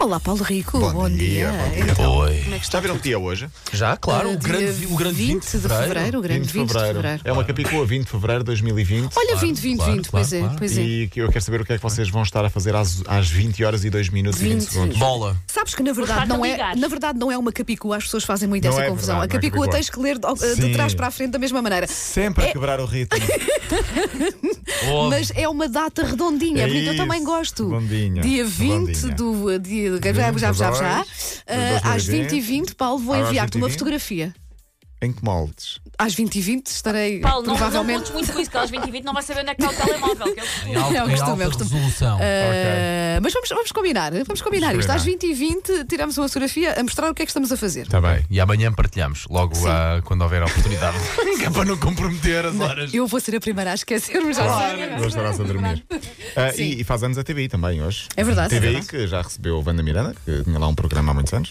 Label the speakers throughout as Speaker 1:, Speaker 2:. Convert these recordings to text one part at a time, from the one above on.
Speaker 1: Olá, Paulo Rico. Bom, dia.
Speaker 2: Oi.
Speaker 1: Como é que
Speaker 3: Já
Speaker 1: está?
Speaker 3: viram o que é hoje?
Speaker 2: Já, claro,
Speaker 1: Ah,
Speaker 2: o
Speaker 1: dia
Speaker 2: grande, vi- o grande
Speaker 1: 20 de fevereiro, o grande 20 de fevereiro.
Speaker 3: É uma capicua, 20 de fevereiro de 2020.
Speaker 1: Olha, 20, 20,
Speaker 2: claro,
Speaker 1: 20,
Speaker 2: claro,
Speaker 1: pois é,
Speaker 2: claro.
Speaker 1: pois é.
Speaker 3: E que eu quero saber o que é que vocês vão estar a fazer às, às 20 horas e 2 minutos e 20
Speaker 1: 20.
Speaker 3: segundos.
Speaker 2: Bola.
Speaker 1: Sabes que na
Speaker 4: estar-te
Speaker 1: verdade não
Speaker 4: a
Speaker 1: é,
Speaker 4: ligar.
Speaker 1: na verdade não é uma capicua, as pessoas fazem muito
Speaker 3: Não
Speaker 1: essa
Speaker 3: é
Speaker 1: confusão. a
Speaker 3: verdade, não é
Speaker 1: capicua
Speaker 3: capicua.
Speaker 1: tens que ler do- de
Speaker 3: Sim.
Speaker 1: trás para a frente da mesma maneira.
Speaker 3: Sempre
Speaker 1: É.
Speaker 3: a quebrar o ritmo.
Speaker 2: Óbvio.
Speaker 1: Mas é uma data redondinha,
Speaker 3: É
Speaker 1: bonita, eu
Speaker 3: isso,
Speaker 1: também gosto.
Speaker 3: redondinha,
Speaker 1: dia 20
Speaker 3: redondinha.
Speaker 1: do eh, dia, já, já, já, já.
Speaker 3: dois,
Speaker 1: Ah, às 20 e 20, Paulo, vou
Speaker 3: Às
Speaker 1: enviar-te
Speaker 3: 20 e
Speaker 1: uma
Speaker 3: 20.
Speaker 1: fotografia.
Speaker 3: em que moldes?
Speaker 1: Às 20 e 20 estarei
Speaker 4: Paulo, não, não
Speaker 1: provavelmente.
Speaker 4: contes muito com isso, que às 20 e 20 não vai saber onde é que está o telemóvel. Que é o futuro.
Speaker 2: Em alta,
Speaker 1: Não,
Speaker 2: em
Speaker 1: costume,
Speaker 2: alta
Speaker 1: é costume.
Speaker 2: resolução.
Speaker 1: Ah, Mas vamos, vamos combinar, vamos combinar
Speaker 3: Vamos
Speaker 1: isto. Às
Speaker 3: combinar.
Speaker 1: 20 e 20 tiramos uma fotografia a mostrar o que é que estamos a fazer.
Speaker 3: Está Tá bem.
Speaker 2: E amanhã partilhamos, logo ah, quando houver a oportunidade. que é para não comprometer as horas.
Speaker 1: Eu vou ser a primeira a esquecer-me já sei.
Speaker 3: Vou estar a dormir. Ah, e, e faz anos a TVI também hoje.
Speaker 1: É verdade, é
Speaker 3: TVI
Speaker 1: verdade.
Speaker 3: que já recebeu o Wanda Miranda, que tinha lá um programa há muitos anos.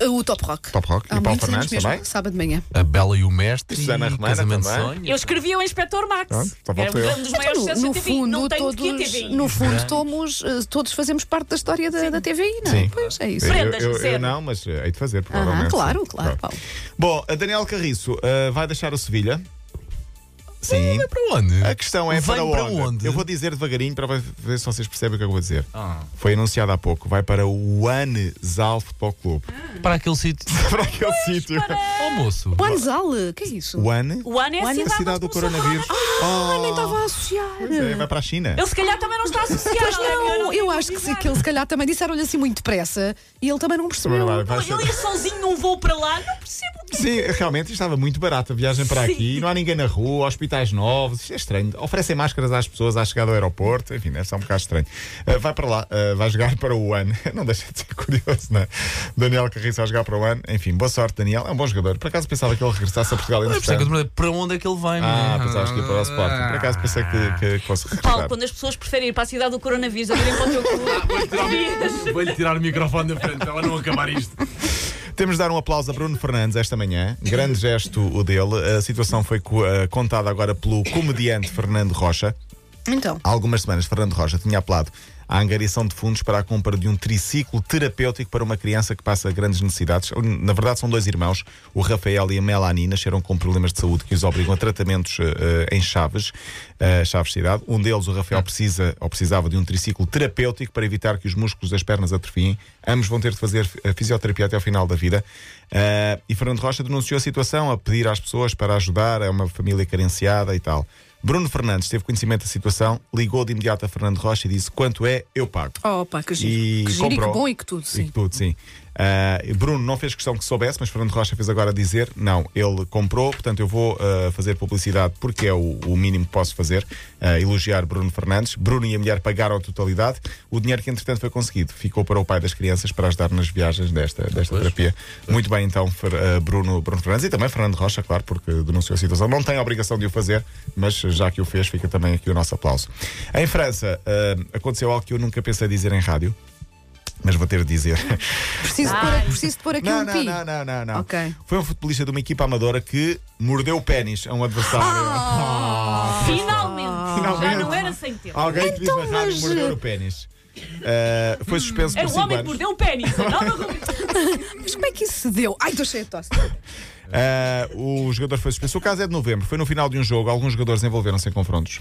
Speaker 1: Ah, O Top Rock.
Speaker 3: Top Rock.
Speaker 1: Há
Speaker 3: e Paulo
Speaker 1: muitos anos
Speaker 3: Fernandes
Speaker 1: mesmo,
Speaker 3: também.
Speaker 1: sábado de manhã.
Speaker 2: A Bela e o Mestre.
Speaker 3: Susana
Speaker 2: e
Speaker 3: Romana
Speaker 2: Casamento de
Speaker 3: também.
Speaker 2: Sonho.
Speaker 4: Eu escrevi ao Inspector Max.
Speaker 3: Pronto, só
Speaker 4: Era
Speaker 3: falta eu.
Speaker 4: um dos maiores
Speaker 1: Então,
Speaker 4: sucessos
Speaker 1: no
Speaker 4: da TV. não
Speaker 1: fundo,
Speaker 4: tem de que
Speaker 1: todos,
Speaker 4: TV.
Speaker 1: no fundo somos, eh, todos fazemos parte da história da, da TVI, não é?
Speaker 3: Sim.
Speaker 1: Pois é isso.
Speaker 3: Eu-
Speaker 4: Prendas,
Speaker 3: eu, eu
Speaker 4: zero.
Speaker 3: não, mas eh, hei de fazer, provavelmente.
Speaker 1: Aham, claro,
Speaker 3: Sim.
Speaker 1: claro,
Speaker 3: Pronto.
Speaker 1: Paulo.
Speaker 3: Bom, a Daniel Carriço eh, vai deixar o Sevilha. Sim.
Speaker 2: Vai para onde?
Speaker 3: A questão é
Speaker 2: Vem
Speaker 3: para,
Speaker 2: para
Speaker 3: onde?
Speaker 2: onde?
Speaker 3: Eu vou dizer devagarinho para ver se vocês percebem o que eu vou dizer.
Speaker 2: Ah.
Speaker 3: Foi anunciado há pouco. Vai para o Anzal Futebol Clube.
Speaker 2: Para aquele sítio.
Speaker 3: Para aquele sítio.
Speaker 2: Ó, moço.
Speaker 1: Guanzal, que é isso?
Speaker 3: O An,
Speaker 4: O ano é a
Speaker 1: O ano
Speaker 3: a
Speaker 4: cidade,
Speaker 3: cidade do
Speaker 4: onde começou.
Speaker 3: coronavírus.
Speaker 1: Ah, nem estava a associar.
Speaker 3: Pois é, vai para a China.
Speaker 4: Ele se calhar também não está associado. é
Speaker 1: Pois
Speaker 4: Ana,
Speaker 1: não, eu
Speaker 4: tenho
Speaker 1: acho que, se,
Speaker 4: avisar.
Speaker 1: que ele se calhar também disseram-lhe assim muito depressa e ele também não percebeu.
Speaker 3: Vai- vai ser-
Speaker 4: Ele ia sozinho num voo para lá, não percebo o que
Speaker 3: Sim, realmente estava muito barato a viagem para aqui. Não há ninguém na rua, hospitais novos. Isto é estranho. Oferecem máscaras às pessoas à chegada ao aeroporto. Enfim, deve ser um bocado estranho. Ah, vai para lá, ah, vai jogar para o ano. Não deixa de ser curioso, não é? Daniel Carriço vai jogar para o ano. Enfim, boa sorte, Daniel. É um bom jogador. Por acaso pensava que ele regressasse a Portugal
Speaker 2: Eu percebi que eu
Speaker 3: entretanto.
Speaker 2: demorei. Para onde é que ele vai,
Speaker 3: Ah,
Speaker 2: menino?
Speaker 3: pensavas que ia para o Sporting. Por acaso pensei que, que, que fosse regressar.
Speaker 4: Paulo, quando as pessoas preferem ir para a cidade do coronavírus a virem para o teu
Speaker 1: Ah,
Speaker 4: clube.
Speaker 2: Vou-lhe tirar o microfone da frente, ela não acabar isto.
Speaker 3: Temos de dar um aplauso a Bruno Fernandes esta manhã. Grande gesto o dele. A situação foi co- ah, contada agora pelo comediante Fernando Rocha.
Speaker 1: Então,
Speaker 3: Há algumas semanas, Fernando Rocha tinha apelado à angariação de fundos para a compra de um triciclo terapêutico para uma criança que passa grandes necessidades. Na verdade, são dois irmãos, o Rafael e a Melanie, nasceram com problemas de saúde que os obrigam a tratamentos eh, eh, em Chaves, eh, Chaves Cidade. Um deles, o Rafael, precisa ou precisava de um triciclo terapêutico para evitar que os músculos das pernas atrofiem. Ambos vão ter de fazer eh, fisioterapia até ao final da vida. Eh, e Fernando Rocha denunciou a situação a pedir às pessoas para ajudar, é uma família carenciada e tal. Bruno Fernandes teve conhecimento da situação, ligou de imediato a Fernando Rocha e disse: Quanto é, eu pago.
Speaker 1: opa, que giro.
Speaker 3: E
Speaker 1: que giro e que
Speaker 3: comprou.
Speaker 1: bom e que tudo,
Speaker 3: E
Speaker 1: sim.
Speaker 3: tudo, sim. Ah, Bruno não fez questão que soubesse, mas Fernando Rocha fez agora dizer: Não, ele comprou, portanto eu vou ah, fazer publicidade porque é o, o mínimo que posso fazer. ah, elogiar Bruno Fernandes. Bruno e a mulher pagaram a totalidade. O dinheiro que entretanto foi conseguido ficou para o pai das crianças para ajudar nas viagens desta, desta terapia. Muito bem, então, Fer- ah, Bruno, Bruno Fernandes e também Fernando Rocha, claro, porque denunciou a situação. Não tem a obrigação de o fazer, mas já que o fez, fica também aqui o nosso aplauso. Em França, ah, aconteceu algo que eu nunca pensei dizer em rádio. Mas vou ter de dizer.
Speaker 1: Preciso, de pôr, preciso de pôr aqui
Speaker 3: Não,
Speaker 1: um
Speaker 3: não,
Speaker 1: pi.
Speaker 3: não, não, não, não.
Speaker 1: Ok.
Speaker 3: Foi um futebolista de uma equipa amadora que mordeu o pênis a um adversário.
Speaker 1: Ah!
Speaker 4: Finalmente. Já não
Speaker 3: Finalmente.
Speaker 4: era sem tempo.
Speaker 3: Alguém que diz
Speaker 1: Então,
Speaker 3: na rádio
Speaker 1: mas,
Speaker 3: morder o pênis. Ah, foi suspenso
Speaker 4: É
Speaker 3: por
Speaker 4: o
Speaker 3: 5
Speaker 4: homem que
Speaker 3: anos.
Speaker 4: mordeu o pênis. a nova rubrica.
Speaker 1: Mas como é que isso se deu? Ai, estou cheia de tosse.
Speaker 3: Ah, o jogador foi suspenso. O caso é de novembro. Foi no final de um jogo. Alguns jogadores envolveram-se em confrontos.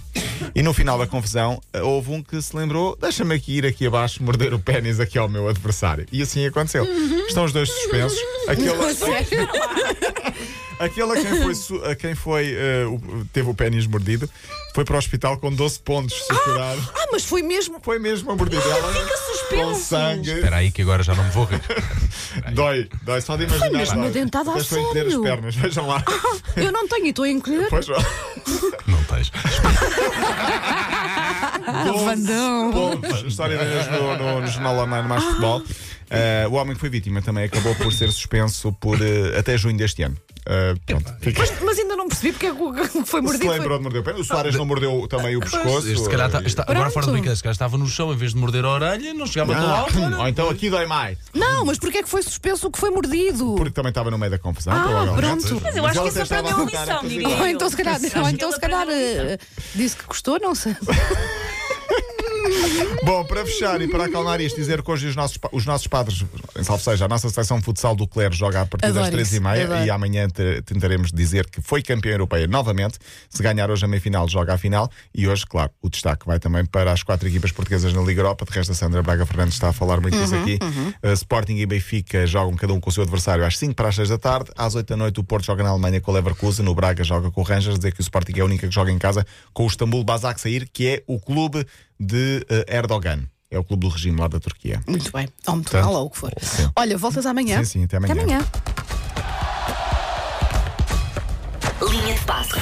Speaker 3: E no final da confusão, ah, houve um que se lembrou: deixa-me aqui ir aqui abaixo morder o pênis aqui ao meu adversário. E assim aconteceu.
Speaker 1: Uhum.
Speaker 3: Estão os dois suspensos. Aquele,
Speaker 1: Sério?
Speaker 3: Aquele a quem foi, su- a quem foi, eh, o- teve o pênis mordido foi para o hospital com 12 pontos suturado.
Speaker 1: Ah, mas foi mesmo.
Speaker 3: Foi mesmo a mordida dela.
Speaker 4: Fica
Speaker 3: Com
Speaker 4: suspenso.
Speaker 3: sangue.
Speaker 2: Espera aí, que agora já não me vou rir.
Speaker 3: Dói, dói, só de imaginar.
Speaker 1: mesmo
Speaker 3: dói.
Speaker 1: uma dentada a
Speaker 3: Até estou encolher
Speaker 1: sério. Ah,
Speaker 3: as pernas, vejam lá.
Speaker 1: Eu não tenho e estou a encolher.
Speaker 3: Pois ó.
Speaker 2: Não tens.
Speaker 1: Ah, Vandão.
Speaker 3: Pontos. História deles no, no, no Jornal Online
Speaker 1: Ah.
Speaker 3: Mais Futebol. Eh, o homem que foi vítima também acabou por ser suspenso por, eh, até junho deste ano. Eh, pronto. Fica-
Speaker 1: Mas, mas ainda não percebi porque é que o- foi
Speaker 3: Se
Speaker 1: mordido.
Speaker 3: lembrou
Speaker 1: Foi... Ah.
Speaker 3: de morder o pé? O Soares não mordeu também o pescoço.
Speaker 2: Este, se calhar, tá-
Speaker 3: Eh,
Speaker 2: está- agora
Speaker 1: Pronto.
Speaker 2: fora do brincadeira, este cara estava no chão em vez de morder a orelha, não chegava tão
Speaker 3: Ah,
Speaker 2: alto. olha.
Speaker 3: ou então aqui dói mais.
Speaker 1: Não, mas porque é que foi suspenso o que foi mordido?
Speaker 3: Porque também estava no meio da confusão,
Speaker 1: Ah,
Speaker 3: provavelmente.
Speaker 1: pronto.
Speaker 4: Mas eu acho
Speaker 3: ela
Speaker 4: que essa
Speaker 3: até estava
Speaker 4: aprendeu
Speaker 3: a
Speaker 4: uma
Speaker 3: tentar
Speaker 4: lição,
Speaker 3: fazer
Speaker 4: diria
Speaker 3: igual.
Speaker 1: Ou então se calhar,
Speaker 4: Acho
Speaker 1: ou
Speaker 4: que
Speaker 1: então,
Speaker 4: ele
Speaker 1: se calhar
Speaker 4: aprendeu
Speaker 1: eh, disse que gostou, não sei.
Speaker 3: Bom, para fechar e para acalmar isto, dizer que hoje os nossos, pa- os nossos padres, em salvo seja, a nossa seleção futsal do Clero joga a partir das
Speaker 1: Adoro
Speaker 3: três
Speaker 1: isso,
Speaker 3: e meia
Speaker 1: adoro.
Speaker 3: e amanhã te- tentaremos dizer que foi campeã europeia novamente. Se ganhar hoje a meia-final, joga a final. E hoje, claro, o destaque vai também para as quatro equipas portuguesas na Liga Europa. De resto, a Sandra Braga Fernandes está a falar muito disso aqui. Uh, Sporting e Benfica jogam cada um com o seu adversário às 5 para as 6 da tarde. Às 8 da noite, o Porto joga na Alemanha com o Leverkusen. O Braga joga com o Rangers. Dizer que o Sporting é a única que joga em casa com o Istambul Basaksehir, que é o clube de eh, Erdogan. É o clube do regime lá da Turquia.
Speaker 1: Muito bem. Ou muito
Speaker 3: Portanto,
Speaker 1: mal, ou o que for.
Speaker 3: sim.
Speaker 1: Olha, voltas amanhã.
Speaker 3: Sim, sim, até amanhã.
Speaker 1: Até amanhã.
Speaker 5: Linha de passe.